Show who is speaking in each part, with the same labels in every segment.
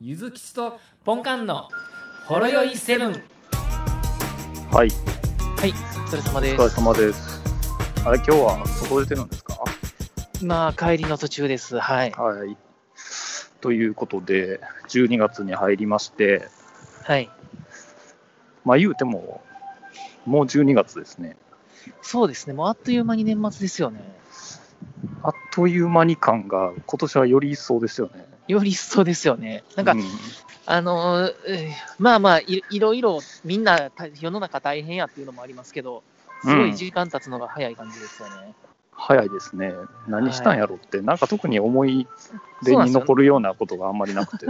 Speaker 1: ゆずきちとポンカンのほろよいセブン。
Speaker 2: はい、
Speaker 3: はい、お疲れ様
Speaker 2: お
Speaker 3: で
Speaker 2: 疲れ
Speaker 3: す。
Speaker 2: 様です。あれ、今日は外出てるんですか
Speaker 3: 今、帰りの途中です。はい。
Speaker 2: はい。ということで、12月に入りまして、
Speaker 3: はい。
Speaker 2: まあ言うても、もう12月ですね。
Speaker 3: そうですね。もうあっという間に年末ですよね。
Speaker 2: あっという間に感が、今年はより一層ですよね。
Speaker 3: より一層ですよね。なんか、
Speaker 2: う
Speaker 3: あのーえーまあまあい、いろいろみんなた世の中大変やっていうのもありますけど、すごい時間経つのが早い感じですよね。
Speaker 2: 早いですね。何したんやろって、なんか特に思い出
Speaker 3: そうなんで
Speaker 2: に
Speaker 3: すよ
Speaker 2: 残るようなことがあんまりなくて、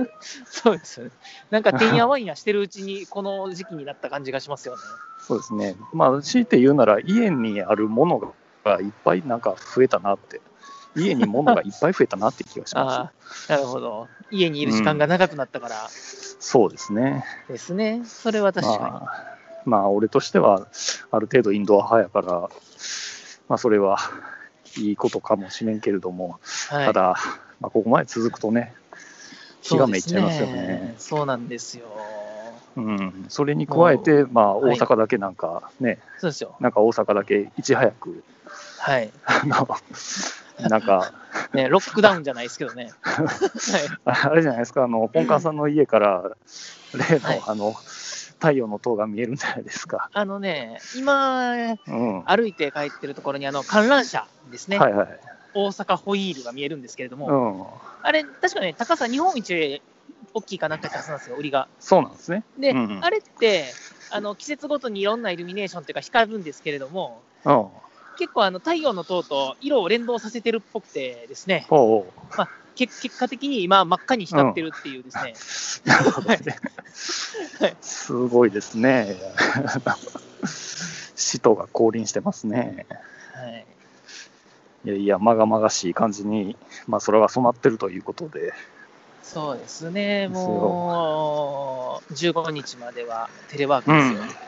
Speaker 3: そうですよね。なんか、てんやわんやしてるうちに、この時期になった感じがしますよね。
Speaker 2: そうですね。まあ、強いて言うなら、家にあるものがいっぱいなんか増えたなって、家に物がいっぱい増えたなって気がします。
Speaker 3: ああ、なるほど。家にいる時間が長くなったから
Speaker 2: そうですね。
Speaker 3: ですね。それは確か
Speaker 2: まあ、まあ、俺としては、ある程度インドア派やから、まあ、それはいいことかもしれんけれども、
Speaker 3: に。はい
Speaker 2: ただ、まあ、ここまで続くとね、気がめいっちゃいますよね。
Speaker 3: そう,、そうなんですよ。
Speaker 2: うん、それに加えて、まあ、
Speaker 3: は
Speaker 2: 大
Speaker 3: い
Speaker 2: 阪だけなんかね、
Speaker 3: そうですよ。
Speaker 2: なんか大阪だけいち早く、
Speaker 3: はい。
Speaker 2: あのなんか、
Speaker 3: ね、ロックダウンじゃないですけど ね。はい。
Speaker 2: あれじゃないですか、あの、ポンカンさんの家から、例の、
Speaker 3: はい
Speaker 2: あの、太陽の塔が見えるんじゃないですか。
Speaker 3: あのね、今、
Speaker 2: うん。は
Speaker 3: 歩いて帰ってるところに、あの、観覧車です
Speaker 2: い
Speaker 3: ね。
Speaker 2: はい。
Speaker 3: 大阪ホイールが見えるんですけれども、
Speaker 2: うん。
Speaker 3: あれ、確かね、高さ日本一大きいかなんかってはずなんですよ、売りが。
Speaker 2: そうなんですね。
Speaker 3: で、
Speaker 2: うんうん
Speaker 3: あれって、あの、季節ごとにいろんなイルミネーションというか光るんですけれども、
Speaker 2: うん。おう
Speaker 3: 結構あの太陽の塔と色を連動させてるっぽくてですね、
Speaker 2: おう
Speaker 3: け結果的に今真っ赤に光ってるっていうですね、
Speaker 2: なるほどね
Speaker 3: はい。
Speaker 2: すごいですね。 使徒が降臨してますね。
Speaker 3: はい、
Speaker 2: いやいや、まがまがしい感じに、まあ、空が染まってるということで、
Speaker 3: そうですね、もう15日まではテレワーク
Speaker 2: うん
Speaker 3: ですよ。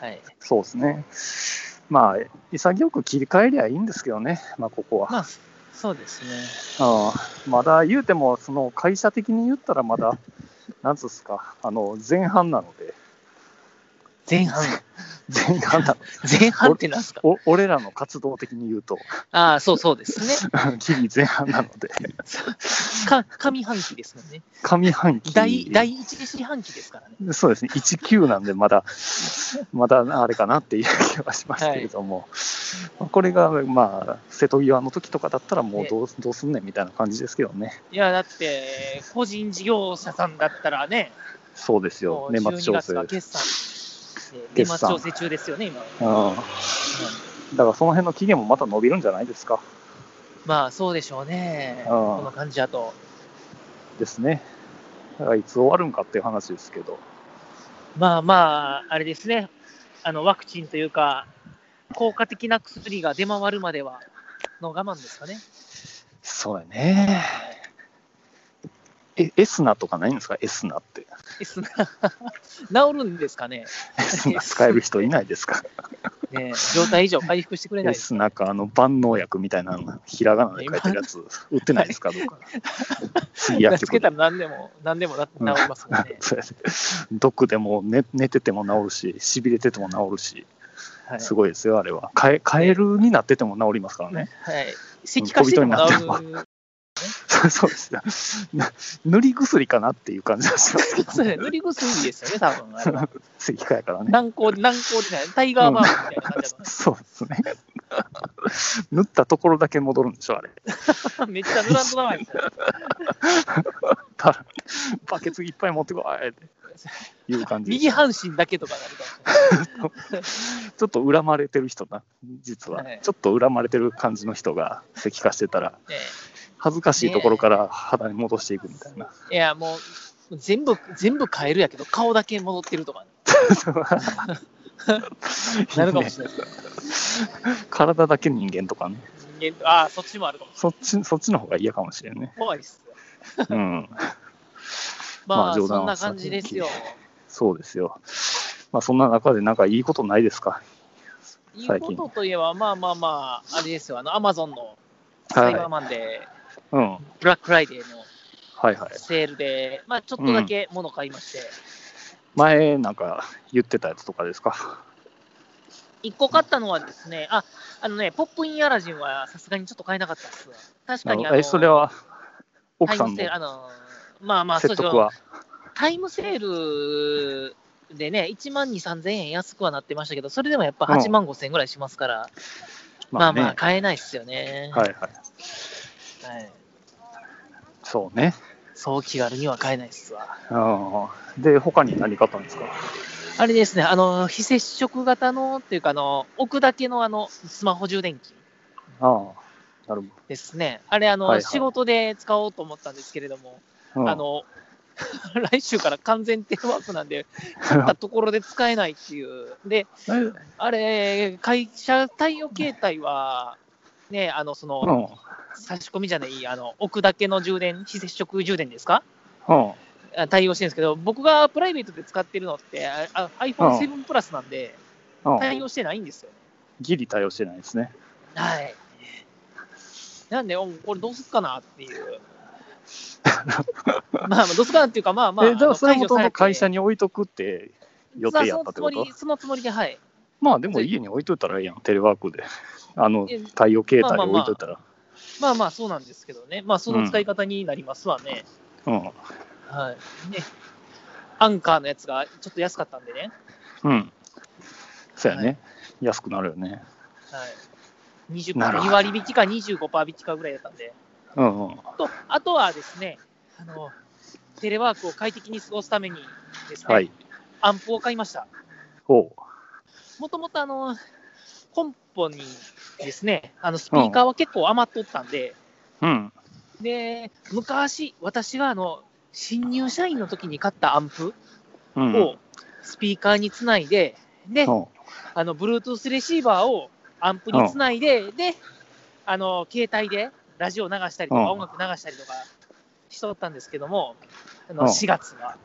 Speaker 3: はい、
Speaker 2: そうですね。まあ、潔く切り替えりゃいいんですけどね、まあ、ここは。
Speaker 3: まあ、そうですね、
Speaker 2: うんまだ言うても、その会社的に言ったら、まだ、なんつうんですか、あの前半なので、
Speaker 3: 前半、
Speaker 2: 前半なの
Speaker 3: 前半ってなんですか
Speaker 2: お俺らの活動的に言うと、
Speaker 3: ああ、そうそうですね、
Speaker 2: 日々前半なので、
Speaker 3: か上半期ですもんね、
Speaker 2: 上半期
Speaker 3: 第第一四半期ですからね。
Speaker 2: そうですね、19なんで、まだ、まだあれかなっていう気はしますけれども、まあこれが、まあ、瀬戸際の時とかだったら、もうどうどうすんねんみたいな感じですけどね、
Speaker 3: いや、だって、個人事業者さんだったらね、
Speaker 2: そうです
Speaker 3: も
Speaker 2: よ、
Speaker 3: う
Speaker 2: 年末
Speaker 3: 12
Speaker 2: 調
Speaker 3: 月
Speaker 2: 整。
Speaker 3: が
Speaker 2: う
Speaker 3: 決算、えー年
Speaker 2: 決
Speaker 3: 末調
Speaker 2: 算
Speaker 3: 整中ですよね、今。うん
Speaker 2: んだからその辺の期限もまた伸びるんじゃないですか。
Speaker 3: まあ、そうでしょうね、
Speaker 2: うん
Speaker 3: この感じだと。
Speaker 2: ですね。だからいつ終わるんかっていう話ですけど、
Speaker 3: まあまあ、あれですね、あのワクチンというか、効果的な薬が出回るまではの我慢です かね。
Speaker 2: そうやね。え、エスナとかないんですかエスナって。
Speaker 3: ですな 治るんですかね
Speaker 2: エスナ使える人いないですか
Speaker 3: ねえ、状態以上回復してくれな
Speaker 2: エ
Speaker 3: いです。
Speaker 2: スナか、あの、万能薬みたいなの、ひらがなで書いてるやつ、売ってないですかどうか。次薬
Speaker 3: つけ
Speaker 2: 局
Speaker 3: た
Speaker 2: で。。
Speaker 3: ら何でも、何でもな治りますもんね
Speaker 2: そうやね毒でも寝寝てても治るし、しびれてても治るし、
Speaker 3: はい。
Speaker 2: すごいですよ、あれは。カエカエルになってても治りますからね。
Speaker 3: はい。咳化してても治る。
Speaker 2: そうそうですね。な塗り薬かなっていう感じがしますけど、
Speaker 3: そうね塗り薬ですよね、多分あれは。
Speaker 2: 石化やからね。
Speaker 3: 軟膏、軟膏じゃない、タイガーバームみたいな感じだと
Speaker 2: そうですね。塗ったところだけ戻るんでしょ、あれ。
Speaker 3: 思う。 めっちゃ塗らんとないですよ。
Speaker 2: ただバケツいっぱい持ってこいっていう感じ。
Speaker 3: 右
Speaker 2: ち
Speaker 3: 半身だけとかなるかもしれない。
Speaker 2: ょっと恨まれてる人な、実は。
Speaker 3: はい
Speaker 2: ちょっと恨まれてる感じの人が石化してたら、
Speaker 3: ねえ
Speaker 2: 恥ずかしいところから肌に戻していくみたいな。
Speaker 3: いや、もう、全部、全部変えるやけど、顔だけ戻ってるとか、ね、なるかもしれない。
Speaker 2: 体だけ人間とかね。
Speaker 3: 人間と、ああ、そっちもあるかもし
Speaker 2: そっち、そっちの方が嫌かもしれんね
Speaker 3: れ。ない。怖いっすよ。
Speaker 2: うん。
Speaker 3: まあ、
Speaker 2: まあ冗
Speaker 3: そ
Speaker 2: 談
Speaker 3: んな
Speaker 2: は
Speaker 3: 感じですよ。
Speaker 2: そうですよ。まあ、そんな中で、なんかいいことないですか
Speaker 3: い
Speaker 2: 最
Speaker 3: う
Speaker 2: 近
Speaker 3: ことといえば、まあまあまあ、あれですよ、あの、アマゾンのサイバー
Speaker 2: は
Speaker 3: マンで、
Speaker 2: い。うん。
Speaker 3: ブラックフライデーの
Speaker 2: はいはい。
Speaker 3: セールで、まあ、ちょっとだけ物買いまして、
Speaker 2: 前、なんか言ってたやつとかですか。
Speaker 3: 一個買ったのはですね、あ、あのね、ポップインアラジンはさすがにちょっと買えなかったですわ。確かにあの、
Speaker 2: え、それは、奥
Speaker 3: タ
Speaker 2: さ
Speaker 3: イ
Speaker 2: ん
Speaker 3: ムセール、あ
Speaker 2: の
Speaker 3: の、まあまあ、そう
Speaker 2: 説
Speaker 3: です
Speaker 2: 得
Speaker 3: よ。
Speaker 2: は。
Speaker 3: タイムセールでね、1万2、3000円安くはなってましたけど、それでもやっぱ
Speaker 2: うん
Speaker 3: 8万5千円ぐらいしますから、ま
Speaker 2: ま
Speaker 3: あ
Speaker 2: あね
Speaker 3: まあ、買えないっすよね。
Speaker 2: はいはい。
Speaker 3: はい
Speaker 2: そうね。
Speaker 3: そう気軽には買えないっすわ。
Speaker 2: うんで、他に何買ったんですか
Speaker 3: あれですね、あの、非接触型のっていうか、あの、置くだけのあの、スマホ充電器
Speaker 2: ああ、なる
Speaker 3: ですね。あれ、あの、
Speaker 2: はいはい
Speaker 3: 仕事で使おうと思ったんですけれども、
Speaker 2: ほど。うん
Speaker 3: あ、の、 来週から完全テレワークなんで、 買ったところで使えないっていう。で、あれ、会社対応形態は、ね、あの、その、
Speaker 2: うん。
Speaker 3: 差し込みじゃない、あの、置くだけの充電、非接触充電ですか
Speaker 2: うん。
Speaker 3: あ対応してるんですけど、僕がプライベートで使ってるのって、ああ iPhone7 プラスなんで、
Speaker 2: うん
Speaker 3: 対応してないんですよね。
Speaker 2: ギリ対応してないですね。
Speaker 3: はい。なんで、おこれどうすっかなって いう。まあまあ、どうすっかなっていうか、まあまあ、
Speaker 2: え、じ
Speaker 3: あ
Speaker 2: ゃあ、
Speaker 3: の
Speaker 2: それはもともと会社
Speaker 3: に
Speaker 2: に置いとくって予定やったってこ
Speaker 3: そのつも
Speaker 2: と
Speaker 3: り、そのつもりで、はい。
Speaker 2: まあ、でも家に置いといたらええやん、テレワークで。あの
Speaker 3: え、
Speaker 2: 対応形態置いといたら。
Speaker 3: まあまあ、そうなんですけどね。まあ、その使い方になりますわね。
Speaker 2: うん。
Speaker 3: はい。ね。アンカーのやつがちょっと安かったんでね。
Speaker 2: うん。そうや
Speaker 3: は
Speaker 2: ね。安くなるよね。
Speaker 3: はい。20
Speaker 2: なるほど
Speaker 3: 2割引きか25%引きかぐらいだったんで。
Speaker 2: うんうん。
Speaker 3: と、あとはですね、あの、テレワークを快適に過ごすためにですね、
Speaker 2: はい。
Speaker 3: アンプを買いました。
Speaker 2: ほ
Speaker 3: もともとあの、コンポにですね、あのスピーカーは結構余っとったんで、
Speaker 2: う。うん。
Speaker 3: で、昔、私があの、新入社員の時に買ったアンプ
Speaker 2: うん。
Speaker 3: をスピーカーにつないで、で
Speaker 2: う、ん
Speaker 3: あの、Bluetooth レシーバーをアンプにつないで、で、あの、携帯でラジオ流したりと
Speaker 2: うん
Speaker 3: か、音楽流したりとかしとったんですけども、あの、
Speaker 2: うん
Speaker 3: 4月は。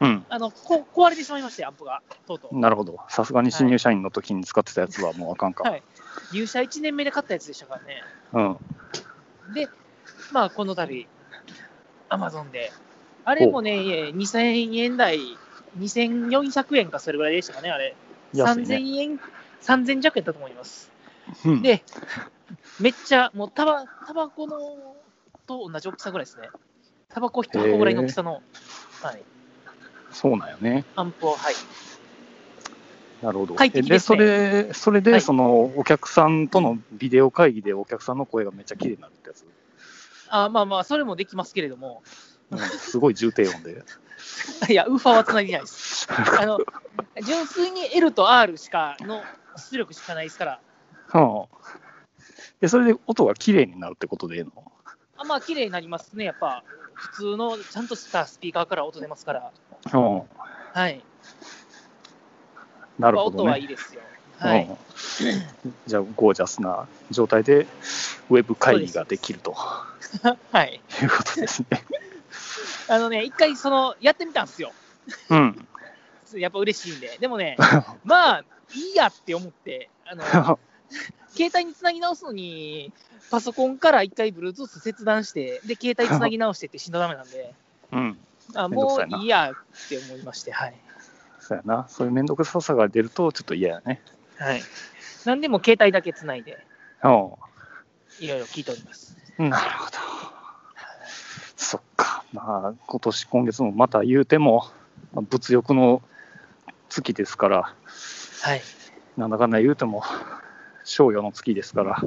Speaker 2: うん。
Speaker 3: あの、こ壊れてしまいまして、アンプが、とうとう。
Speaker 2: なるほど。さすがに新入社員の時に使ってたやつはもうあかんか。
Speaker 3: はい入社1年目で買ったやつでしたからね。
Speaker 2: うん。
Speaker 3: で、まあ、この度、アマゾンで、あれもね、えー2000円台、2400円か、それぐらいでしたかね、あれ。
Speaker 2: 安いね。
Speaker 3: 3000円、3000弱やったと思います。
Speaker 2: うん
Speaker 3: で、めっちゃ、もうタバ、タバコのと同じ大きさぐらいですね。タバコ1箱ぐらいの大きさの、はい、
Speaker 2: そうなんよね。
Speaker 3: アンプを、はい。
Speaker 2: なるほど。
Speaker 3: 快適
Speaker 2: で
Speaker 3: です
Speaker 2: そ
Speaker 3: ね
Speaker 2: れ、それ
Speaker 3: は
Speaker 2: で、
Speaker 3: い
Speaker 2: その、お客さんとのビデオ会議でお客さんの声がめっちゃ綺麗になるってやつ。
Speaker 3: あまあまあ、それもできますけれども、
Speaker 2: うんすごい重低音で。
Speaker 3: いや、ウーファーはつなぎない です。あの、純粋に L と R しか、の出力しかないですから、
Speaker 2: うん。で、それで音が綺麗になるってことでいいの
Speaker 3: あまあ綺麗になりますね、やっぱ普通のちゃんとしたスピーカーから音出ますから、
Speaker 2: うん。
Speaker 3: はい、
Speaker 2: なる
Speaker 3: まあ
Speaker 2: ほ
Speaker 3: 音
Speaker 2: ど
Speaker 3: は
Speaker 2: ね。
Speaker 3: いいですよ。はい、
Speaker 2: うんじゃあ、ゴージャスな状態で、ウェブ会議ができると
Speaker 3: はい、
Speaker 2: いうことです ね。
Speaker 3: あのね、一回そのやってみたんですよ、
Speaker 2: うん。
Speaker 3: やっぱ嬉しいんで、でもね、まあいいやって思って、あ の携帯につなぎ直すのに、パソコンから一回 Bluetooth 切断して、で携帯つなぎ直してってしんどダメなん で、
Speaker 2: うん。
Speaker 3: あ
Speaker 2: めんどく
Speaker 3: も
Speaker 2: さいな
Speaker 3: ういいやって思いまして、はい。
Speaker 2: そうやな。そういう面倒くささが出ると、ちょっと嫌やね。
Speaker 3: はい、なんでも携帯だけつないで、
Speaker 2: うん。
Speaker 3: いろいろ聞いております。
Speaker 2: なるほど。そっか。まあ、今年、今月もまた言うても、まあ物欲の月ですから、
Speaker 3: はい、
Speaker 2: なんだかんだ言うても、賞与の月ですから、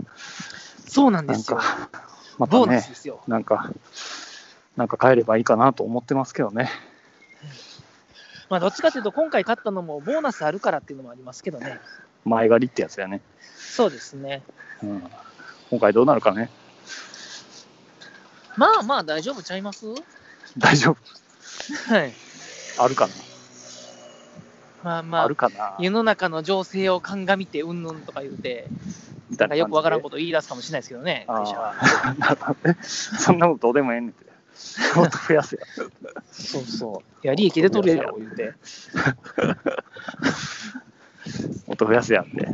Speaker 3: そうなんで
Speaker 2: なん
Speaker 3: すよ。
Speaker 2: か、ま
Speaker 3: ボ
Speaker 2: た
Speaker 3: ーナス
Speaker 2: ね
Speaker 3: で、すよ。
Speaker 2: なんか、なんか帰ればいいかなと思ってますけどね。
Speaker 3: まあ、どっちかというと、今回勝ったのもボーナスあるからっていうのもありますけどね。
Speaker 2: 前借りってやつやね。
Speaker 3: そうですね。
Speaker 2: うん。今回どうなるかね。
Speaker 3: まあまあ大丈夫ちゃいます
Speaker 2: 大丈
Speaker 3: はい。
Speaker 2: 夫。あるかな。
Speaker 3: まあ
Speaker 2: あ、
Speaker 3: ま
Speaker 2: る
Speaker 3: あ、
Speaker 2: かな。
Speaker 3: 世の中の情勢を鑑みてうんぬんとか言うて、
Speaker 2: み
Speaker 3: な
Speaker 2: たい
Speaker 3: んか
Speaker 2: な。
Speaker 3: よくわからんことと言い出すかもしれないですけどね、
Speaker 2: あ
Speaker 3: 会社は。
Speaker 2: ー そんなことどうでもええねんて。もっと増やせや。
Speaker 3: そうそう。いや、利益出とるやろ、言うて。
Speaker 2: もっと増やせやって。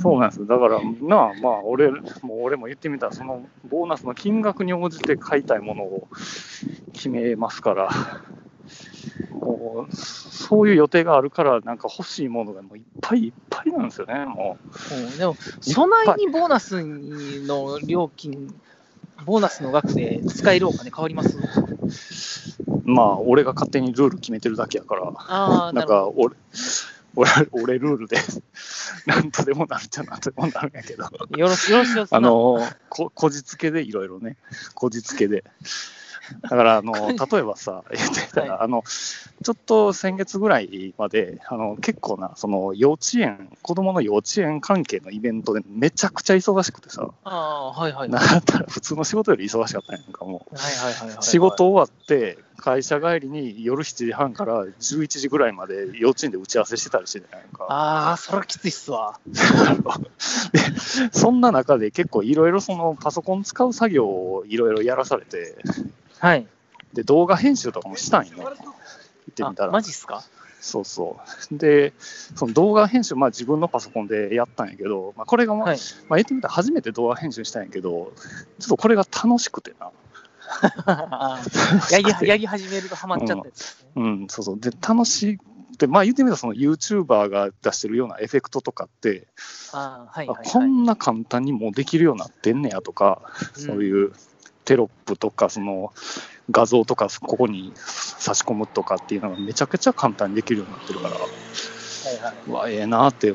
Speaker 2: そうなんですよだから、なあ、まあ、俺もう俺も言ってみたら、そのボーナスの金額に応じて買いたいものを決めますから、もう、そういう予定があるから、なんか欲しいものがもういっぱいいっぱいなんですよね、も
Speaker 3: うんでも、そないにボーナスの料金、ボーナスの額で使えるお金変わります
Speaker 2: う。まあ、俺が勝手にルール決めてるだけやから。
Speaker 3: ああ、な
Speaker 2: な
Speaker 3: るほど。
Speaker 2: んか俺、俺、俺ルールで、なんとでもなるっちゃなんとでもなるんやけど、
Speaker 3: よろしよろしよそ
Speaker 2: あ
Speaker 3: んな
Speaker 2: の、こ、こじつけでいろいろね、こじつけで。だから、あの、例えばさ、言ってたら、
Speaker 3: は
Speaker 2: あの、ちょっと先月ぐらいまで、あの、結構な、その、幼稚園、子供の幼稚園関係のイベントでめちゃくちゃ忙しくてさ、
Speaker 3: ああー、はいはい。
Speaker 2: なん
Speaker 3: はい
Speaker 2: だったら普通の仕事より忙しかったんやんか、もう。
Speaker 3: はいはいはいはい。
Speaker 2: 仕事終わって、会社帰りに夜7時半から11時ぐらいまで幼稚園で打ち合わせしてたりしてたやんか。
Speaker 3: ああ、そらきついっすわ。
Speaker 2: で、そんな中で結構いろいろそのパソコン使う作業をいろいろやらされて、
Speaker 3: はい。
Speaker 2: で、動画編集とかもしたんよね。言ってみた
Speaker 3: あ
Speaker 2: ら
Speaker 3: マ。ジっすか
Speaker 2: そうそう。で、その動画編集、まあ自分のパソコンでやったんやけど、まあこれが まあ、
Speaker 3: はい。
Speaker 2: まあ言ってみたら初めて動画編集したんやけど、ちょっとこれが楽しくてな。
Speaker 3: あーやりやり始めるとハマっちゃったやつですね。
Speaker 2: うん、そうそう。で、楽しくて、まあ言ってみたらその YouTuber が出してるようなエフェクトとかって、
Speaker 3: ああ、はい
Speaker 2: あ
Speaker 3: はい
Speaker 2: こ
Speaker 3: はい。
Speaker 2: んな簡単にもうできるようになってんねやとか、そういうテロップとか、その画像とか、ここに差し込むとかっていうのがめちゃくちゃ簡単にできるようになってるから、
Speaker 3: はいはいう
Speaker 2: わ、ええなって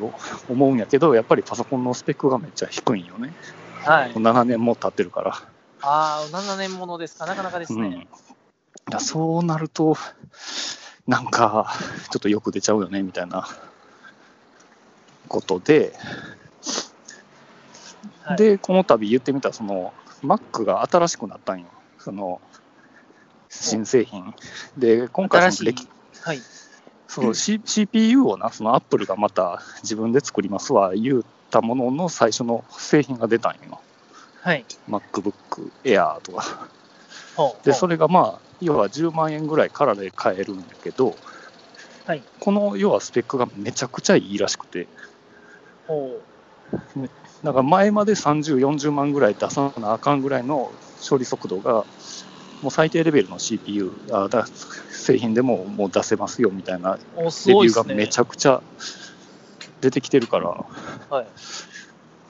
Speaker 2: 思うんやけど、やっぱりパソコンのスペックがめっちゃ低いんよね。
Speaker 3: はい。
Speaker 2: 7年も経ってるから。
Speaker 3: ああ、7年ものですか、なかなかです
Speaker 2: うん。い
Speaker 3: ね。
Speaker 2: やそうなると、なんか、ちょっとよく出ちゃうよね、みたいなことで、
Speaker 3: はい、
Speaker 2: で、この度言ってみたら、その、Mac が新しくなったんよ。その、新製品。で、今
Speaker 3: 新
Speaker 2: 回そ
Speaker 3: し
Speaker 2: の
Speaker 3: い
Speaker 2: 歴、。
Speaker 3: はい。
Speaker 2: そう、C、CPU をな、その Apple がまた自分で作りますわ、言ったものの最初の製品が出たんよ。
Speaker 3: はい。
Speaker 2: MacBook Air とか。
Speaker 3: ほう
Speaker 2: で、そ
Speaker 3: れ。
Speaker 2: れがまあ、要は10万円ぐらいからで買えるんだけど、
Speaker 3: はい
Speaker 2: この要はスペックがめちゃくちゃいいらしくて、
Speaker 3: ほう
Speaker 2: だから前まで30、40万ぐらい出さなあかんぐらいの処理速度が、もう最低レベルの CPU、あだ製品でももう出せますよみたいな
Speaker 3: おす
Speaker 2: レビ
Speaker 3: ご
Speaker 2: ュ
Speaker 3: いっ
Speaker 2: ーが
Speaker 3: すね。
Speaker 2: めちゃくちゃ出てきてるから、
Speaker 3: はい。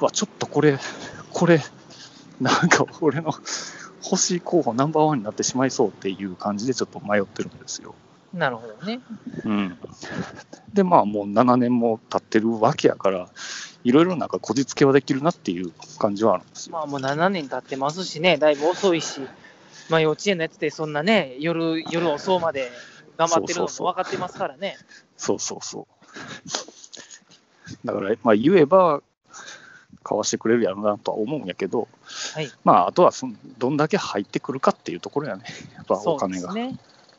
Speaker 2: うわ、ちょっとこれ、これ、なんか俺の欲しい候補ナンバーワンになってしまいそうっていう感じでちょっと迷ってるんですよ。
Speaker 3: なるほどね。
Speaker 2: うん、で、まあもう7年も経ってるわけやから、いろいろなんかこじつけはできるなっていう感じはあるんですよ。
Speaker 3: まあもう7年経ってますしね、だいぶ遅いし、まあ幼稚園のやつでそんなね、夜、夜遅うまで頑張ってるのも
Speaker 2: そうそうそう
Speaker 3: 分かってますからね。
Speaker 2: そうそうそう。だから、まあ言えば、買わしてくれるやろうなとは思うんやけど、
Speaker 3: はい
Speaker 2: まああとはそのどんだけ入ってくるかっていうところやね、やっぱお
Speaker 3: そうで
Speaker 2: 金が。
Speaker 3: すね。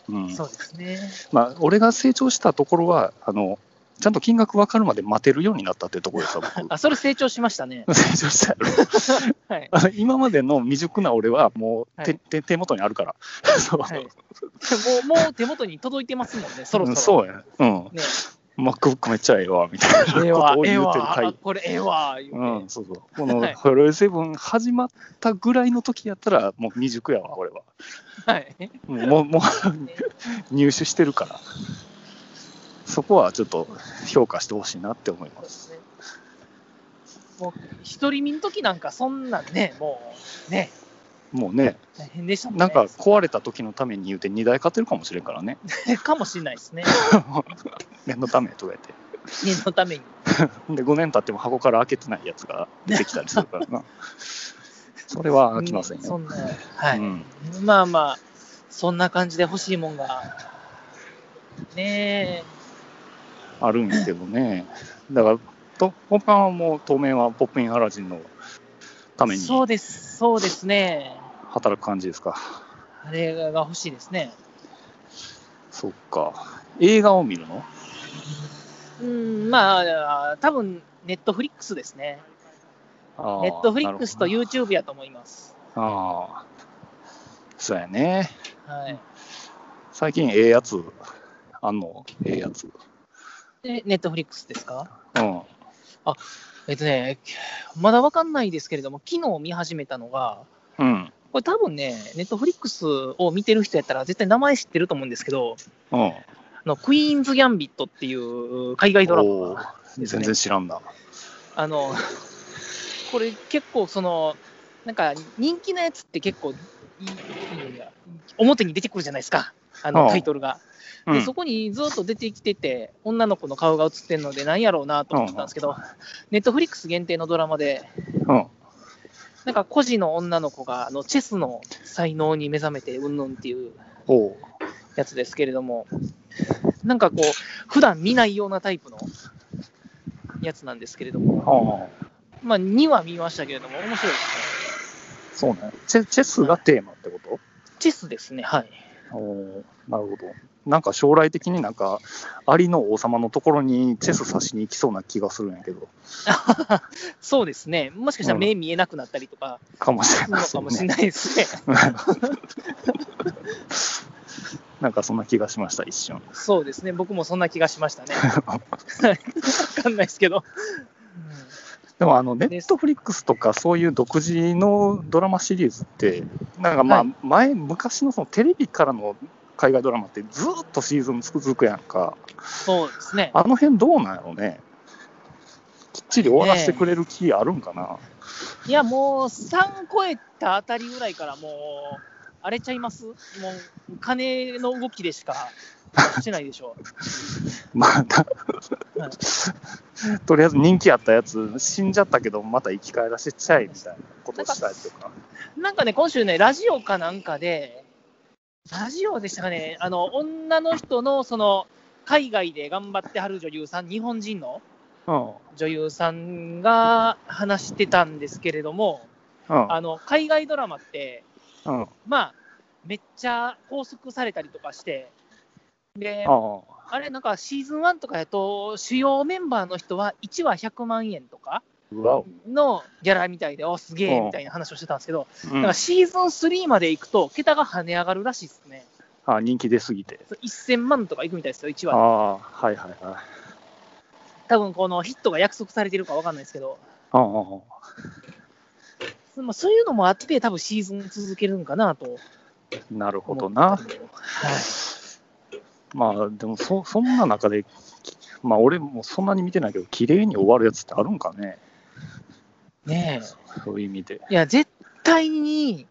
Speaker 2: うん
Speaker 3: そうですね。
Speaker 2: まあ、俺が成長したところは、あのちゃんと金額分かるまで待てるようになったっていうところですよ、
Speaker 3: あ、それ成長しましたね。
Speaker 2: 僕成長したやろ
Speaker 3: はい。
Speaker 2: あの今までの未熟な俺は、もう手,
Speaker 3: はい
Speaker 2: 手、手元にあるから、そう,、
Speaker 3: はい、もう、もう手元に届いてますもんね、そろそろ。
Speaker 2: そうや、うん、
Speaker 3: ね、
Speaker 2: MacBook めっちゃええわみたいなこと
Speaker 3: ええわ
Speaker 2: を、
Speaker 3: ええ
Speaker 2: 言うてる
Speaker 3: わ、
Speaker 2: 回、
Speaker 3: あこれええわ、言うて
Speaker 2: うん、そうそう、この
Speaker 3: はい
Speaker 2: HelloSeven 始まったぐらいの時やったら、もう未熟やわ、俺は。
Speaker 3: はい。
Speaker 2: もう、もう入手してるから、そこはちょっと評価してほしいなって思い
Speaker 3: そう
Speaker 2: ま。
Speaker 3: ですすね。もう、一人身の時なんか、そんなんね、もう、ね、
Speaker 2: もうね、
Speaker 3: 大変でしたもんね。
Speaker 2: なんか壊れた時のために言うて2台買ってるかもしれんか らね。
Speaker 3: かもしれないですね。
Speaker 2: 念のためとか言って。
Speaker 3: 念のために。
Speaker 2: で、5年経っても箱から開けてないやつが出てきたりするから な。それは飽きません
Speaker 3: そ
Speaker 2: よ。
Speaker 3: んな、はい。
Speaker 2: うん
Speaker 3: まあまあ、そんな感じで欲しいもんが。ねえ。
Speaker 2: あるんですけどね。だから、と本番はもう当面はポップインアラジンのために
Speaker 3: そうです、そうですね。
Speaker 2: 働く感じですか。
Speaker 3: あれが欲しいですね。
Speaker 2: そっか。映画を見るの
Speaker 3: うん、まあ、多分ネットフリックスですね。ネットフリックスと
Speaker 2: う。
Speaker 3: YouTube やと思います。
Speaker 2: ああ。そうやね。
Speaker 3: はい。
Speaker 2: 最近ええやつ。あんのええやつ。
Speaker 3: で、ネットフリックスですか
Speaker 2: うん。
Speaker 3: えっとね、まだわかんないですけれども、昨日見始めたのが、
Speaker 2: うん。
Speaker 3: これ多分ね、ネットフリックスを見てる人やったら絶対名前知ってると思うんですけど、
Speaker 2: うん。
Speaker 3: あのクイーンズ・ギャンビットっていう海外ドラ
Speaker 2: お
Speaker 3: マ
Speaker 2: ー
Speaker 3: です
Speaker 2: 全
Speaker 3: ね
Speaker 2: 然。知らんな。
Speaker 3: あの、これ結構その、なんか人気のやつって結構いいいいのが表に出てくるじゃないですか。あ
Speaker 2: あ
Speaker 3: の
Speaker 2: あ
Speaker 3: タイトルが、
Speaker 2: うん
Speaker 3: で。そこにずっと出てきてて、女の子の顔が映ってるので、なんやろうなと思ってたんですけど、ネットフリックス限定のドラマで、
Speaker 2: うん
Speaker 3: なんか孤児の女の子があのチェスの才能に目覚めてうんぬんっていう
Speaker 2: おう
Speaker 3: やつですけれども、なんかこう、普段見ないようなタイプのやつなんですけれども、
Speaker 2: ああ。
Speaker 3: まあ2は見ましたけれども、面白いですね。
Speaker 2: そうね。チェチェスがテーマってこと
Speaker 3: チェスですね、はい。
Speaker 2: おーなるほど。なんか将来的になんか、アリの王様のところにチェス指しに行きそうな気がするんやけど、
Speaker 3: そうですね、もしかしたら目見えなくなったりと か、
Speaker 2: かもしれ
Speaker 3: する
Speaker 2: ない
Speaker 3: のかもしれないですね。
Speaker 2: なんかそんな気がしました、一瞬。
Speaker 3: そうですね、僕もそんな気がしました ね。はいわかんないですけど。
Speaker 2: でもあの、ネットフリックスとかそういう独自のドラマシリーズって、なんかまあ
Speaker 3: は
Speaker 2: 前、昔のそのテレビからの海外ドラマってずーっとシーズン続くやんか。
Speaker 3: そうですね。
Speaker 2: あの辺どうなんやろうね。きっちり終わらせてくれる気あるんかな。
Speaker 3: いや、もう3超えたあたりぐらいから、もう、荒れちゃいますもう、金の動きでしかしてないでしょう。
Speaker 2: また、
Speaker 3: はい
Speaker 2: とりあえず人気あったやつ、死んじゃったけど、また生き返らせちゃいみたいなことしたりとか。
Speaker 3: なんかね、今週ね、ラジオかなんかで、ラジオでしたかね、あの、女の人の、その、海外で頑張ってはる女優さん、日本人の女優さんが話してたんですけれども、あの、海外ドラマって、
Speaker 2: うん。うん。うん。
Speaker 3: まあ、めっちゃ拘束されたりとかして、で、あ
Speaker 2: あ
Speaker 3: れ、なんかシーズン1とかやと、主要メンバーの人は1話100万円とか
Speaker 2: あ。うわお。
Speaker 3: のギャラみたいで、おすげえ
Speaker 2: うん
Speaker 3: みたいな話をしてたんですけど、
Speaker 2: う
Speaker 3: なん
Speaker 2: ん
Speaker 3: か、シーズン3まで行くと、桁が跳ね上がるらしいですね。
Speaker 2: あ人気出すぎて。
Speaker 3: そう1000万とか行くみたいですよ、1
Speaker 2: あ
Speaker 3: 話。
Speaker 2: あ、はいはいはい。
Speaker 3: 多分このヒットが約束されてるかわかんないですけど、
Speaker 2: うんうんうん
Speaker 3: そまあそういうのもあって、多分シーズン続けるんかなと
Speaker 2: なるほ
Speaker 3: 思
Speaker 2: ど
Speaker 3: った
Speaker 2: な。
Speaker 3: りも。はい
Speaker 2: まあ、でもそ、そんな中で、まあ、俺もそんなに見てないけど、綺麗に終わるやつってあるんかね。
Speaker 3: ねえ。
Speaker 2: そういう意味で。
Speaker 3: いや、絶対に、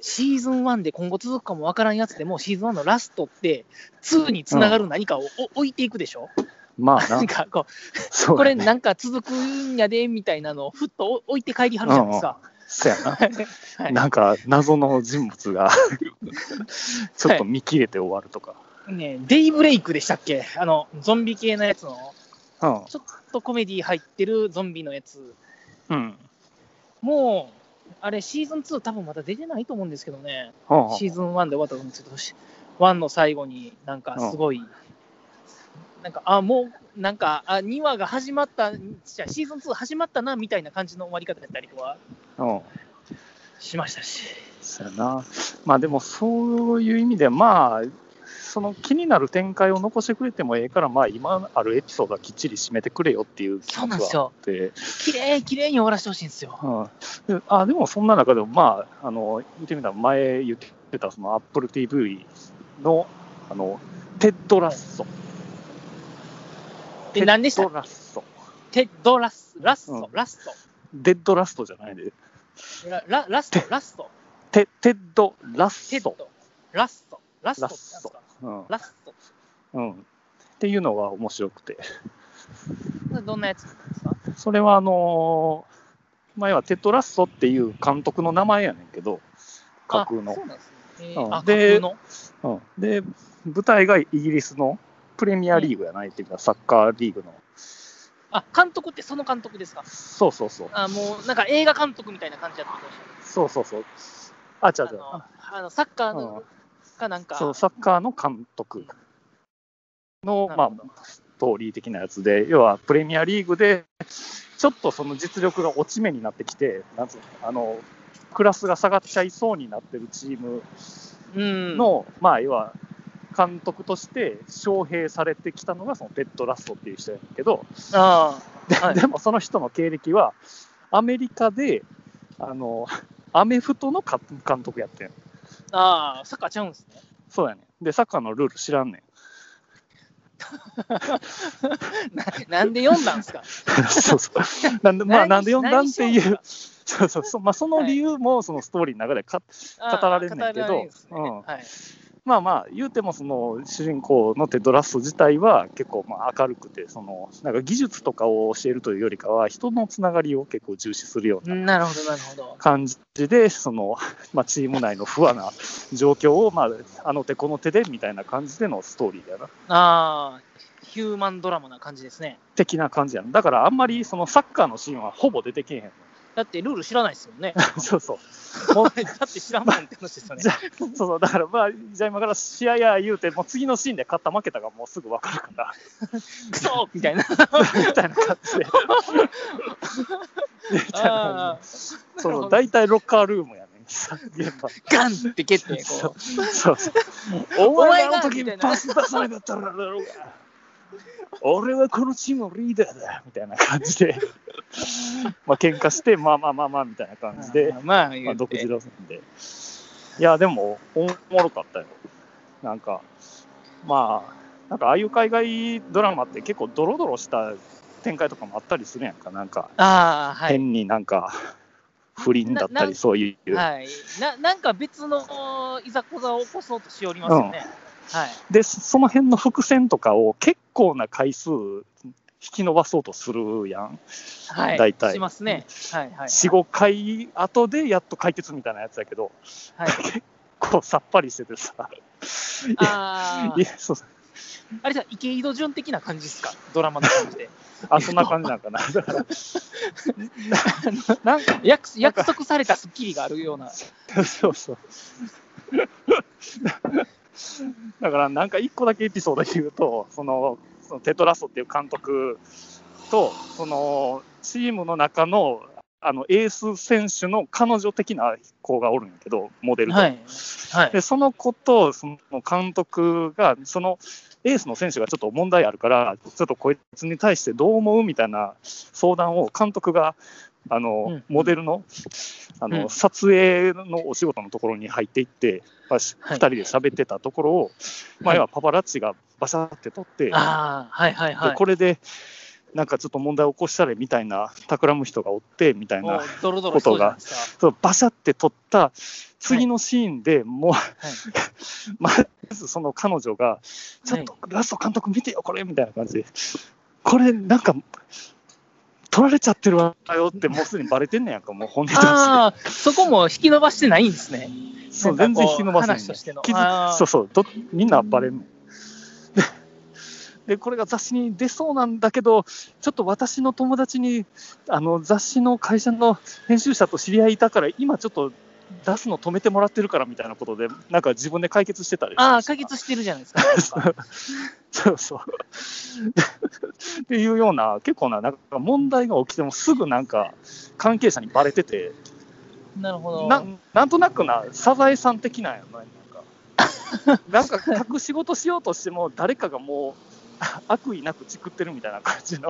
Speaker 3: シーズン1で今後続くかもわからんやつでも、シーズン1のラストって、2につながる何かを、お置いていくでしょ
Speaker 2: まあ
Speaker 3: な
Speaker 2: な、
Speaker 3: んかこ、
Speaker 2: そうう
Speaker 3: こ
Speaker 2: や
Speaker 3: れ
Speaker 2: ね
Speaker 3: なんか続くんやで、みたいなのをふっと置置いて帰りはるじゃないですか。
Speaker 2: そやな。
Speaker 3: はい
Speaker 2: なんか、謎の人 物が、ちょっと見切れて終わるとか。
Speaker 3: ねえデイブレイクでしたっけあの、ゾンビ系のやつの、
Speaker 2: うん。
Speaker 3: ちょっとコメディ入ってるゾンビのやつ。
Speaker 2: うん。
Speaker 3: もう、あれ、シーズン2多分まだ出てないと思うんですけどね。シーズン1で終わったと思うんですけど、し1の最後になんかすごい、なんか、あ、もう、なんか、あ、2話が始まった、じゃあシーズン2始まったな、みたいな感じの終わり方だったりとか
Speaker 2: うん。
Speaker 3: しましたし。
Speaker 2: そうやな。まあでも、そういう意味で、まあ、その気になる展開を残してくれてもええから、まあ今あるエピソードはきっちり締めてくれよっていう気
Speaker 3: そうな
Speaker 2: 持
Speaker 3: ん
Speaker 2: ち
Speaker 3: です
Speaker 2: はあ
Speaker 3: よ
Speaker 2: っ。て。
Speaker 3: 綺麗綺麗に終わらせてほしいんですよ。
Speaker 2: うんであでも、そんな中でも、まあ、あの、言ってみたら、前言ってた、その Apple TV の、あの、テッドラッソ。
Speaker 3: で、何でし
Speaker 2: テ
Speaker 3: た
Speaker 2: ッドラッソ。
Speaker 3: テッドラス、ラッソ、
Speaker 2: うん
Speaker 3: ラッソ、
Speaker 2: デッドラストじゃないで。
Speaker 3: ラララスト、ラスト、
Speaker 2: テテッドラ
Speaker 3: テ
Speaker 2: ッ
Speaker 3: ッド
Speaker 2: ソ。、
Speaker 3: ラスト、ラストってな
Speaker 2: ラ
Speaker 3: んです
Speaker 2: ッ
Speaker 3: か
Speaker 2: ソ。
Speaker 3: ラスト。
Speaker 2: うん。うん。っていうのは面白くて。
Speaker 3: どんなやつなんですか
Speaker 2: それはあのー前はテッドラッソっていう監督の名前やねんけど、架空
Speaker 3: あ
Speaker 2: の
Speaker 3: そ。うなんですね。え
Speaker 2: うん
Speaker 3: ー、あ、架
Speaker 2: で
Speaker 3: 空の。
Speaker 2: うん、で、舞台がイギリスのプレミアリーグやないっていうか、サッカーリーグの。
Speaker 3: あ、監督ってその監督ですか
Speaker 2: そうそうそう。
Speaker 3: あもうなんか映画監督みたいな感じだったことでし
Speaker 2: そうそうそう。あ、違う違う
Speaker 3: ょ。あのあのサッカーのかなんか、
Speaker 2: そう、サッカーの監督の、
Speaker 3: な
Speaker 2: ま
Speaker 3: るほど
Speaker 2: あ、ストーリー的なやつで、要はプレミアリーグで、ちょっとその実力が落ち目になってきて、なんつうのあの、クラスが下がっちゃいそうになってるチーム
Speaker 3: うん、
Speaker 2: の、まあ、要は、監督として招聘されてきたのが、そのペットラストっていう人やねんけど、
Speaker 3: ああ、はい
Speaker 2: でもその人の経歴は、アメリカで、あの、アメフトのか監督やってん。
Speaker 3: ああ、サッカーちゃうんですね。
Speaker 2: そうやねん。で、サッカーのルール知らんねん。
Speaker 3: ななんで読んだんですか
Speaker 2: そうそう。なんで、 まあ、
Speaker 3: 何
Speaker 2: なんで読んだんってい
Speaker 3: 何しよう
Speaker 2: う、そうそうそう、まあ、その理由も、そのストーリーの中でか、
Speaker 3: ああ
Speaker 2: 語られんねんけど
Speaker 3: 語られんですね
Speaker 2: うん
Speaker 3: はい
Speaker 2: まあまあ、言うても、その、主人公のテドラスト自体は結構、まあ、明るくて、その、なんか技術とかを教えるというよりかは、人のつながりを結構重視するような
Speaker 3: なるほど、なるほど。
Speaker 2: 感じで、その、 まあ、チーム内の不和な状況を、まあ、あの手この手でみたいな感じでのストーリーだな。
Speaker 3: ああ、ヒューマンドラマな感じですね。
Speaker 2: 的な感じやん。だからあんまりそのサッカーのシーンはほぼ出てけえへん
Speaker 3: だってルール知らないですよね。
Speaker 2: の。そうそう。
Speaker 3: だって知らんもんって話ですよね
Speaker 2: じ。ゃ そうそう、だからまあ、じゃあ今から試合や言うて、もう次のシーンで勝った負けたがもうすぐ分かるか
Speaker 3: クソみたいな。
Speaker 2: ら、みたいな感じで。みたい
Speaker 3: あ
Speaker 2: な
Speaker 3: ー
Speaker 2: 感じ。その大体ロッカールームやねん、現場。
Speaker 3: ガンって蹴って、
Speaker 2: そう
Speaker 3: こ
Speaker 2: そうそう。お
Speaker 3: お前
Speaker 2: 前
Speaker 3: が
Speaker 2: があの時にパス出さなかったらだろうが。俺はこのチームのリーダーだみたいな感じで、まあ喧嘩して、まあまあまあまあみたいな感じ
Speaker 3: う。
Speaker 2: で
Speaker 3: あー、まあ、
Speaker 2: ま
Speaker 3: 言
Speaker 2: あ、
Speaker 3: う
Speaker 2: 独自
Speaker 3: て。
Speaker 2: 路線で。いや、でも、おもろかったよ。なんか、まあ、なんかああいう海外ドラマって結構ドロドロした展開とかもあったりするやんか、なんか、
Speaker 3: ああ、はい。
Speaker 2: 変になんか、不倫だっ
Speaker 3: な
Speaker 2: た
Speaker 3: な
Speaker 2: り、そういう。
Speaker 3: はい、ななんか別のいざこざを起こそうとしておりますよね。はい、
Speaker 2: で、そその辺の伏線とかを結構な回数引き伸ばそうとするやん。
Speaker 3: はい、
Speaker 2: 大体
Speaker 3: しますね。はい、はい。
Speaker 2: 4、5回後でやっと解決みたいなやつやけど、
Speaker 3: はい、
Speaker 2: こうさっぱりしててさ。いや
Speaker 3: あ
Speaker 2: い
Speaker 3: ー
Speaker 2: や、そう
Speaker 3: あれじゃ、池井戸潤的な感じですか、ドラマの感じで。
Speaker 2: あ、そんな感じなんかな。だからななんか、
Speaker 3: 約約束されたスッキリがあるような。
Speaker 2: そうそう。だから、なんか一個だけエピソード言うと、その、そのテトラソっていう監督と、その、チームの中の、あの、エース選手の彼女的な子がおるんやけど、モデルで。
Speaker 3: はい、はい、
Speaker 2: で、その子と、その監督が、そのエースの選手がちょっと問題あるから、ちょっとこいつに対してどう思うみたいな相談を監督が、あ
Speaker 3: う
Speaker 2: の
Speaker 3: ん、
Speaker 2: モデルの、あ
Speaker 3: う
Speaker 2: の、
Speaker 3: ん
Speaker 2: 撮影のお仕事のところに入っていって、まあし
Speaker 3: はい
Speaker 2: 二人で喋ってたところを、まあ、
Speaker 3: はい
Speaker 2: 要はパパラッチがバシャって撮って、で、
Speaker 3: ああ、はい、はい、はい。
Speaker 2: これで、なんかちょっと問題起こしたれみたいな、企む人がおって、みたい
Speaker 3: も
Speaker 2: な
Speaker 3: う。ドロドロしそうじゃないですか。
Speaker 2: そうバシャって撮った次のシーンでもう、 まずその彼女が、ちょっとラスト監督見てよ、これみたいな感じで、これなんか、撮られちゃってるわよって、もうすでにバレてんねやんか、もう本音として。
Speaker 3: ああ、そこも引き伸ばしてないんですね。
Speaker 2: そう、
Speaker 3: なん
Speaker 2: 全
Speaker 3: かこう
Speaker 2: 然引き伸ばせない。
Speaker 3: 話としての
Speaker 2: 気づ
Speaker 3: あー
Speaker 2: そうそうど、みんなバレんねん。でで、これが雑誌に出そうなんだけど、ちょっと私の友達に、あの雑誌の会社の編集者と知り合いいたから、今ちょっと出すの止めてもらってるからみたいなことで、なんか自分で解決してたり。
Speaker 3: ああ、解決してるじゃないですか。
Speaker 2: そうそう。っていうような、結構な、なんか問題が起きてもすぐなんか関係者にバレてて、
Speaker 3: なるほど。
Speaker 2: ななんとなくな、サザエさん的なんやな、なん か。なんか、隠し事しようとしても、誰かがもう、 悪意なくチクってるみたいな感 じの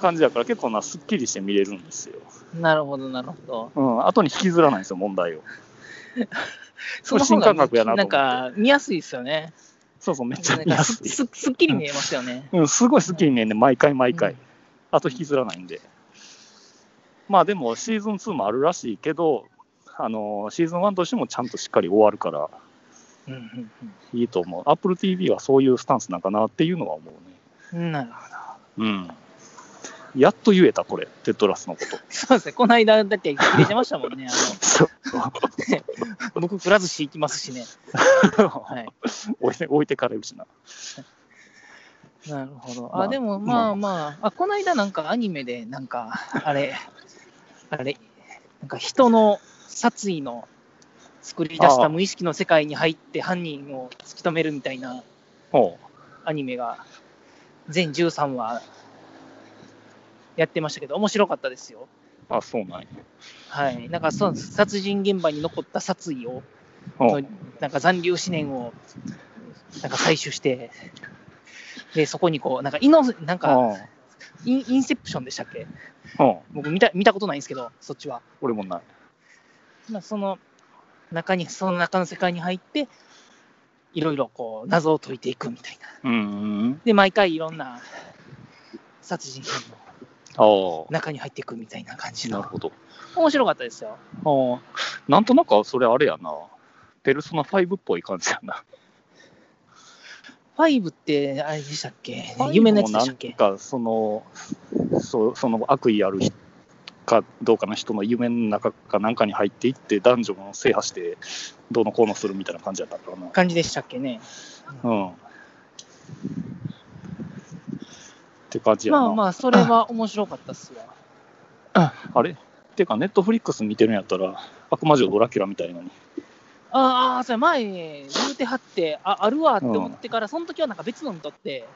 Speaker 2: 感じやから、結構な、すっきりして見れるんですよ。
Speaker 3: なるほど、なるほど。
Speaker 2: うん、後に引きずらないんですよ、問題を。
Speaker 3: その
Speaker 2: 新
Speaker 3: 方
Speaker 2: 感
Speaker 3: が
Speaker 2: 覚やな
Speaker 3: な
Speaker 2: と思
Speaker 3: ん
Speaker 2: って
Speaker 3: か見やすいですよね。
Speaker 2: そうそう、めっちゃ
Speaker 3: なん
Speaker 2: 見
Speaker 3: か
Speaker 2: や
Speaker 3: す
Speaker 2: すい。
Speaker 3: すすっきり見えますよね。
Speaker 2: うん、すごいすっきり見えんね、毎回毎
Speaker 3: う
Speaker 2: 回
Speaker 3: ん。
Speaker 2: 後引きずらないんで。まあでも、シーズン2もあるらしいけど、あのシーズン1としてもちゃんとしっかり終わるから、
Speaker 3: うんうん
Speaker 2: いいと思う。Apple TV はそういうスタンスなんかなっていうのは思うね。
Speaker 3: うんなるほど。
Speaker 2: うん。やっと言えた、これ、テッドラスのこと。
Speaker 3: そうですね、この間、だって入れてましたもん ね。あ
Speaker 2: そう。
Speaker 3: の僕、くら寿司行きますし ね。はい。
Speaker 2: 置いて置いてかれるしな。
Speaker 3: なるほど。
Speaker 2: ま
Speaker 3: あ、
Speaker 2: あ
Speaker 3: でも、まあまあ、あ、この間、なんかアニメで、なんか、あれ、あれ、なんか人の殺意の作り出した無意識の世界に入って犯人を突き止めるみたいな
Speaker 2: ほ
Speaker 3: アニメが、全13話、やってましたけど、面白かったですよ。
Speaker 2: うあ、そうなんや。
Speaker 3: はい、なんかその殺人現場に残った殺意を、
Speaker 2: ほう
Speaker 3: なんか残留思念をなんか採取して、でそこにこう、なんかイノなんか
Speaker 2: あ
Speaker 3: インインセプションでしたっけ
Speaker 2: うん、
Speaker 3: 僕見た見たことないんですけど、そっちは。
Speaker 2: 俺もない。
Speaker 3: まあ、その中に、その中の世界に入って、いろいろこう、謎を解いていくみたいな。
Speaker 2: うん。
Speaker 3: で、毎回いろんな殺人犯の
Speaker 2: ああ。
Speaker 3: 中に入っていくみたいな感じ
Speaker 2: なる
Speaker 3: の。
Speaker 2: ほど。
Speaker 3: 面白かったですよ。
Speaker 2: ああ。なんとなく、それあれやな。ペルソナ5っぽい感じやな。
Speaker 3: 5って、あれでしたっけ夢のやつでしたっけ
Speaker 2: ファイブもなんか、その、そその悪意ある人かどうかの人の夢の中かなんかに入っていって、男女も制覇して、どうのこうのするみたいな感じやったからな。
Speaker 3: 感じでしたっけね。
Speaker 2: うん。って感じやな。
Speaker 3: まあまあ、それは面白かったっすわ。
Speaker 2: あれてか、ネットフリックス見てるんやったら、悪魔女ドラキュラみたいなのに。
Speaker 3: ああ、それ前、言うてはって、あ、あるわって思ってから、その時はなんか別の見とって、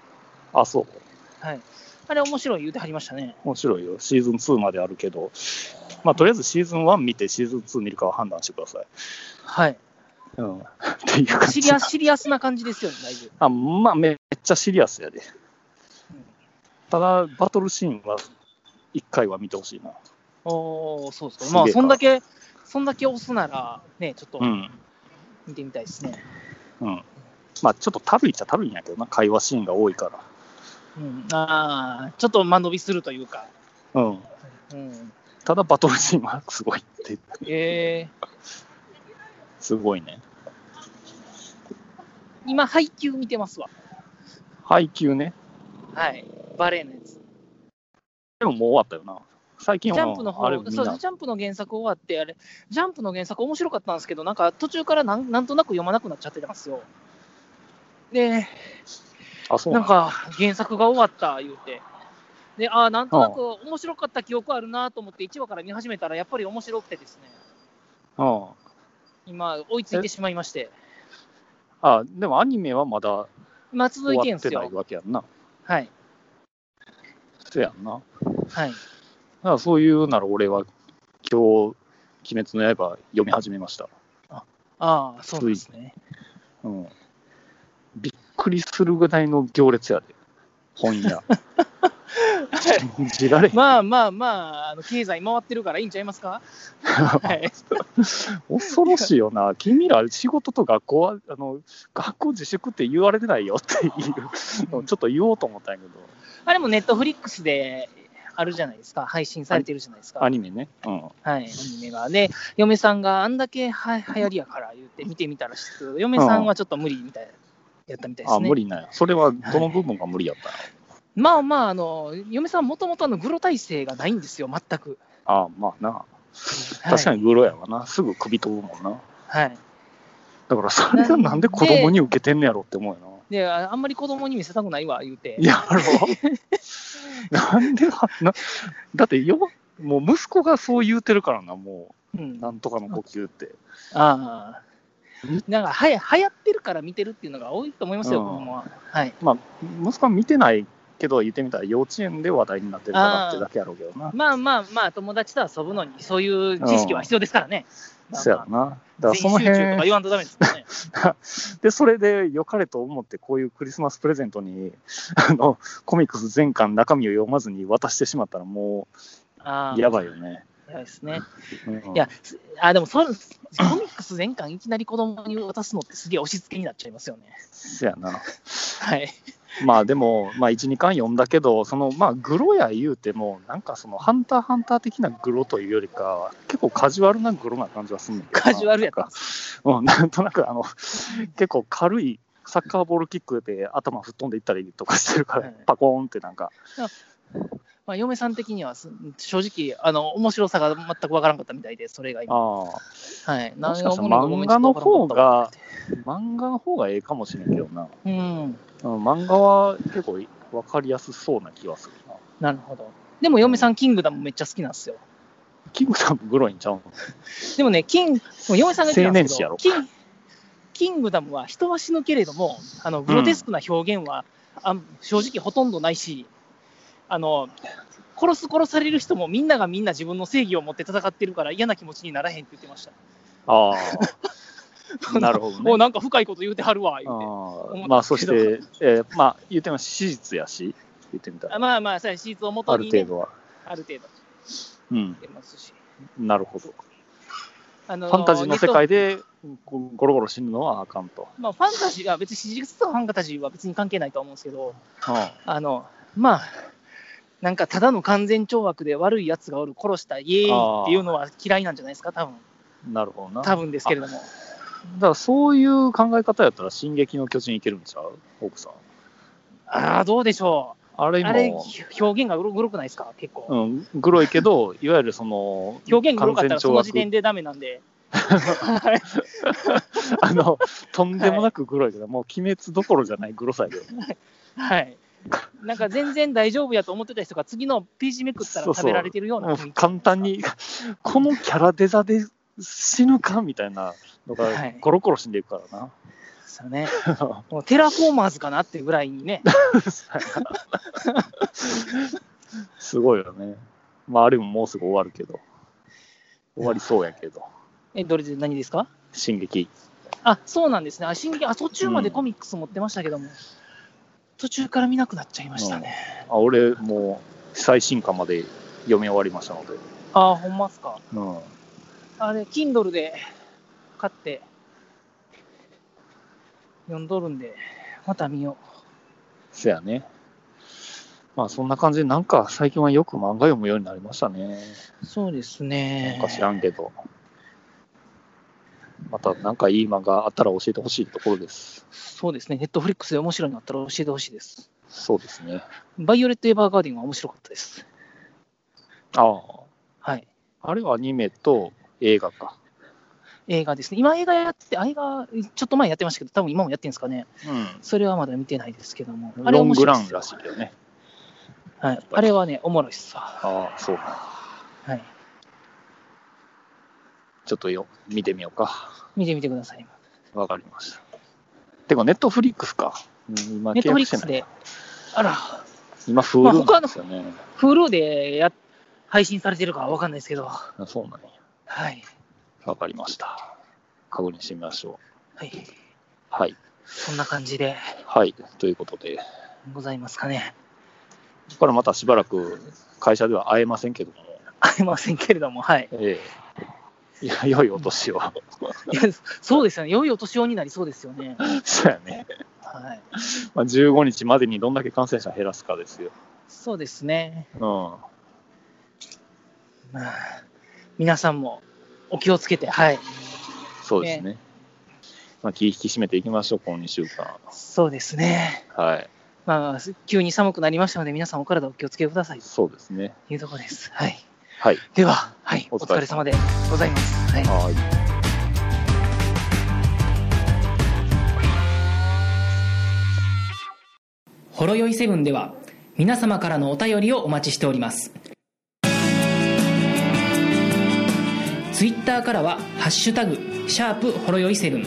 Speaker 2: あ、そう。
Speaker 3: はい。あれ面白い言うてはりましたね。
Speaker 2: 面白いよ。シーズン2まであるけど、まあ、とりあえずシーズン1見て、シーズン2見るかは判断してください。
Speaker 3: はい。
Speaker 2: うん。っていう感
Speaker 3: シ
Speaker 2: じ
Speaker 3: リ アス、シリアスな感じですよね、だいぶ。
Speaker 2: あ、まあ、めっちゃシリアスやで。ただ、バトルシーンは、1回は見てほしいな。
Speaker 3: おー、そうです
Speaker 2: す
Speaker 3: か。ま
Speaker 2: げえ
Speaker 3: あ、
Speaker 2: か
Speaker 3: そんだけ、そんだけ押すなら、ね、ちょっと
Speaker 2: うん。
Speaker 3: 見てみたいですね。
Speaker 2: うん。まあ、ちょっとたるいっちゃたるいんやけどな、会話シーンが多いか
Speaker 3: うん。ああ、ちょっと間延びするというか。
Speaker 2: ら。うん。
Speaker 3: うん。
Speaker 2: ただ、バトルシーンはすごいって、
Speaker 3: えー、
Speaker 2: すごいね。
Speaker 3: 今、配給見てますわ。
Speaker 2: 配給ね。
Speaker 3: はい。バレーのやつ。
Speaker 2: でももう終わったよな。最
Speaker 3: ジ
Speaker 2: 近は
Speaker 3: ャンプの方
Speaker 2: あれ
Speaker 3: そうで
Speaker 2: みん
Speaker 3: す
Speaker 2: な
Speaker 3: ジャンプの原作終わって、あれ、ジャンプの原作面白かったんですけど、なんか途中からなんなんとなく読まなくなっちゃってたんですよ。で、
Speaker 2: あ、そう
Speaker 3: な
Speaker 2: なんん
Speaker 3: か原作が終わった言うて。で、ああ、なんとなく面白かった記憶あるなと思って1話から見始めたら、やっぱり面白くてですね、
Speaker 2: うん。
Speaker 3: 今、追いついてしまいまして、
Speaker 2: あ、でもアニメはまだ
Speaker 3: 今続
Speaker 2: 終
Speaker 3: いてる
Speaker 2: わ
Speaker 3: んで
Speaker 2: って
Speaker 3: す
Speaker 2: ない
Speaker 3: よ。
Speaker 2: わけやんな。
Speaker 3: はい。
Speaker 2: そうやんな。だ
Speaker 3: はい。
Speaker 2: からそういうなら俺は今日、鬼滅の刃読み始めました。
Speaker 3: ああ、そうなんですね。
Speaker 2: うん。びっくりするぐらいの行列やで。本屋。信じ られへん。
Speaker 3: まあまあまあ、あの経済回ってるからいいんちゃいます かはい。
Speaker 2: 恐ろしいよな。君ら仕事と学校は、あの、学校自粛って言われてないよっていうのをちょっと言おうと思ったんやけど、
Speaker 3: あれもネットフリックスであるじゃないですか、配信されてるじゃないですか。
Speaker 2: ア
Speaker 3: はい、
Speaker 2: ニメね。うん。
Speaker 3: アニメが。で、嫁さんがあんだけは流行りやから言って見てみたらしく、嫁さんはちょっと無理みたいやったみたいですね。
Speaker 2: あ、無理なんや。それはどの部分が無理やったの
Speaker 3: まあまあ、あの嫁さん、もともとあのグロ体制がないんですよ、全く。
Speaker 2: ああ、まあな。 確か
Speaker 3: に。
Speaker 2: にグロやわな。すぐ首飛ぶもんな。
Speaker 3: はい、
Speaker 2: だからそれがなんで子供に受けてんねやろって思うよな。
Speaker 3: であ、あんまり子供に見せたくないわ、言うて。
Speaker 2: や ろなんではな、だってよ、もう息子がそう言うてるからな、も
Speaker 3: うん
Speaker 2: う、、なんとかの呼吸って。
Speaker 3: ああ。なんかはや、流行ってるから見てるっていうのが多いと思いますよ、
Speaker 2: うん
Speaker 3: 子供は。はい。
Speaker 2: まあ、息子は見てないけど、言ってみたら幼稚園で話題になってるからってだけやろうけどな。
Speaker 3: まあまあまあ、友達と遊ぶのに、そういう知識は必要ですからね。まあ
Speaker 2: そうやろな。だからその
Speaker 3: 全集中とか
Speaker 2: 辺
Speaker 3: 言わんとダメですから ね。
Speaker 2: で、それで良かれと思って、こういうクリスマスプレゼントに、あの、コミックス全巻中身を読まずに渡してしまったら、も
Speaker 3: あ
Speaker 2: う、やばいよね。
Speaker 3: い。やばいですね。
Speaker 2: うん
Speaker 3: いや、すあでもそ、コミックス全巻いきなり子供に渡すのってすげえ押し付けになっちゃいますよね。
Speaker 2: そや な。
Speaker 3: はい。
Speaker 2: まあでも、まあ、1、2巻読んだけど、そのまあ、グロや言うても、なんかその、ハンターハンター的なグロというよりかは、結構カジュアルなグロな感じはするんだけどな
Speaker 3: カジュアルやったんで
Speaker 2: なんか。うん、なんとなく、あの、結構軽いサッカーボールキックで頭吹っ飛んでいったりとかしてるか
Speaker 3: は
Speaker 2: ら
Speaker 3: い、
Speaker 2: パコーンってなんか、
Speaker 3: まあ、嫁さん的にはす正直、あの面白さが全くわからなかったみたいで、それが今。
Speaker 2: ああ、
Speaker 3: はい、
Speaker 2: も
Speaker 3: 何
Speaker 2: しか
Speaker 3: が
Speaker 2: した
Speaker 3: 物
Speaker 2: ら漫
Speaker 3: か
Speaker 2: 画の
Speaker 3: ごめんちょっとわからん
Speaker 2: 方
Speaker 3: か
Speaker 2: が
Speaker 3: った、
Speaker 2: 漫画の方がええかもしれんけどな。
Speaker 3: うん、
Speaker 2: うん、漫画は結構わかりやすそうな気はする
Speaker 3: な
Speaker 2: な。
Speaker 3: るほど。でも嫁さん、キングダムめっちゃ好きなんですよ。
Speaker 2: キングダムグロいんちゃうの
Speaker 3: でもね、キン、もう嫁さんが言ってたんですけど
Speaker 2: 青年
Speaker 3: キン、キングダムは人は死ぬけれども、あのグロテスクな表現は、あ正直ほとんどないし、あの、殺す殺される人もみんながみんな自分の正義を持って戦ってるから嫌な気持ちにならへんって言ってました。
Speaker 2: ああ、 なるほどね
Speaker 3: もう。なんか深いこと言うてはるわ、言うて。
Speaker 2: あ
Speaker 3: 思っ
Speaker 2: ー
Speaker 3: た
Speaker 2: まあそして、えーまあ言っても史実やし、言ってみたら、
Speaker 3: あまあまあ、さシーツを元
Speaker 2: ある
Speaker 3: にね、
Speaker 2: 程度は。
Speaker 3: ある程度
Speaker 2: うん、
Speaker 3: 出ますし。
Speaker 2: なるほど。
Speaker 3: あの
Speaker 2: ファンタジーの世
Speaker 3: ネッ
Speaker 2: 界でゴゴロゴロ死ぬのはあかんと。
Speaker 3: トまあ、ファンタジーが別に、史実とファンタジーは別に関係ないとは思うんですけど、
Speaker 2: は
Speaker 3: あの、まあ、なんかただの完全懲悪で悪いやつがおる、殺した、イエーイっていうのは嫌いなんじゃないですか、多分
Speaker 2: あ、なるほどな。だ
Speaker 3: 多分ですけれども。
Speaker 2: からそういう考え方やったら、進撃の巨人いけるんちゃう奥さん。
Speaker 3: ああ、どうでしょ
Speaker 2: あれ
Speaker 3: う。あれ、
Speaker 2: も、
Speaker 3: 表現がグログロくないですか、結構。
Speaker 2: うん、グロいけど、いわゆるその、
Speaker 3: 表現がグロかったらその時点
Speaker 2: 完
Speaker 3: でダメなんで。
Speaker 2: 全懲悪あの、とんでもなくグロいけど、もう鬼滅どころじゃないグロさやけど。
Speaker 3: はい。なんか全然大丈夫やと思ってた人が次のページめくったら
Speaker 2: そうそう
Speaker 3: 食べられてるような
Speaker 2: も
Speaker 3: 雰囲気
Speaker 2: う簡単に、このキャラデザで死ぬかみたいなの
Speaker 3: は
Speaker 2: が
Speaker 3: い、
Speaker 2: ゴロゴロ死んでいくからな。
Speaker 3: ですよね。 もうテラフォーマーズかなってぐらいにね。
Speaker 2: すごいよね。まあ、あれももうすぐ終わるけど。終わりそうやけど。
Speaker 3: え、どれで何ですか
Speaker 2: 進撃。
Speaker 3: あ、そうなんですね。あ、進撃、あ、途中までコミックス持ってましたけども、途中から見なくなっちゃいましたね。
Speaker 2: あ俺、もう最新刊まで読み終わりましたので。
Speaker 3: あ、ほんまっすか。
Speaker 2: うん。
Speaker 3: あれ、Kindle で買って、読んどるんで、また見よ
Speaker 2: そやね。まあ、そんな感じで、なんか最近はよく漫画読むようになりましたね。
Speaker 3: う。そうです
Speaker 2: なん
Speaker 3: ね
Speaker 2: か。知らんけど。また、なんかいい漫画あったら教えてほしいところです。
Speaker 3: そうですね。ネットフリックスで面白いのあったら教えてほしいです。
Speaker 2: そうですね。
Speaker 3: バイオレット・エヴァーガーデンは面白かったです。
Speaker 2: あ
Speaker 3: はい。
Speaker 2: あ。あれはアニメと映画か。
Speaker 3: 映画ですね。今映画やってて、あ映画、ちょっと前やってましたけど、多分今もやってるんですかね。
Speaker 2: うん。
Speaker 3: それはまだ見てないですけども。あれ
Speaker 2: ロングラン
Speaker 3: 面白
Speaker 2: ら
Speaker 3: いです
Speaker 2: しいよね。
Speaker 3: はい。あれはね、おもろいっすわ。
Speaker 2: ああ、そうか。
Speaker 3: はい。
Speaker 2: ちょっとよ見てみようか。
Speaker 3: 見てみてください。
Speaker 2: わかりました。てか、ネットフリックスか。うん今
Speaker 3: ネット
Speaker 2: 契
Speaker 3: フ
Speaker 2: 約
Speaker 3: リ
Speaker 2: し
Speaker 3: ック
Speaker 2: て
Speaker 3: ス
Speaker 2: ない
Speaker 3: で、あら、
Speaker 2: 今、フールなんですよね。
Speaker 3: Hulu でや配信されてるかわかんないですけど、
Speaker 2: あそうなんや。
Speaker 3: はい。
Speaker 2: わかりました。確認してみましょう。
Speaker 3: はい。
Speaker 2: はい。
Speaker 3: そんな感じで
Speaker 2: はい。ということで、こ
Speaker 3: ございますかね。
Speaker 2: こからまたしばらく会社では会えませんけども、
Speaker 3: ありませんけれども、はい。
Speaker 2: ええ。いや良いお年を。
Speaker 3: いやそうですよね。良いお年をになりそうですよね。
Speaker 2: そうやね。
Speaker 3: はい。
Speaker 2: まあ、15日までにどんだけ感染者減らすかですよ。
Speaker 3: そうですね。
Speaker 2: うん。
Speaker 3: まあ、皆さんもお気をつけて、はい、
Speaker 2: そうですね。まあ、気引き締めていきましょう、この2週間。
Speaker 3: そうですね、
Speaker 2: はい。
Speaker 3: まあ、急に寒くなりましたので、皆さんお体お気をつけくださいと
Speaker 2: そうですね。
Speaker 3: いうところです。はい、
Speaker 2: はい。
Speaker 3: では、はい、
Speaker 2: お
Speaker 3: お
Speaker 2: 疲
Speaker 3: 疲
Speaker 2: れ
Speaker 3: れ
Speaker 2: 様
Speaker 3: 様でございます。はい
Speaker 2: はい。
Speaker 1: ほろよいセブンでは皆様からのお便りをお待ちしておりますツイッターからは「ハッシュタグシャープほろよいセブン」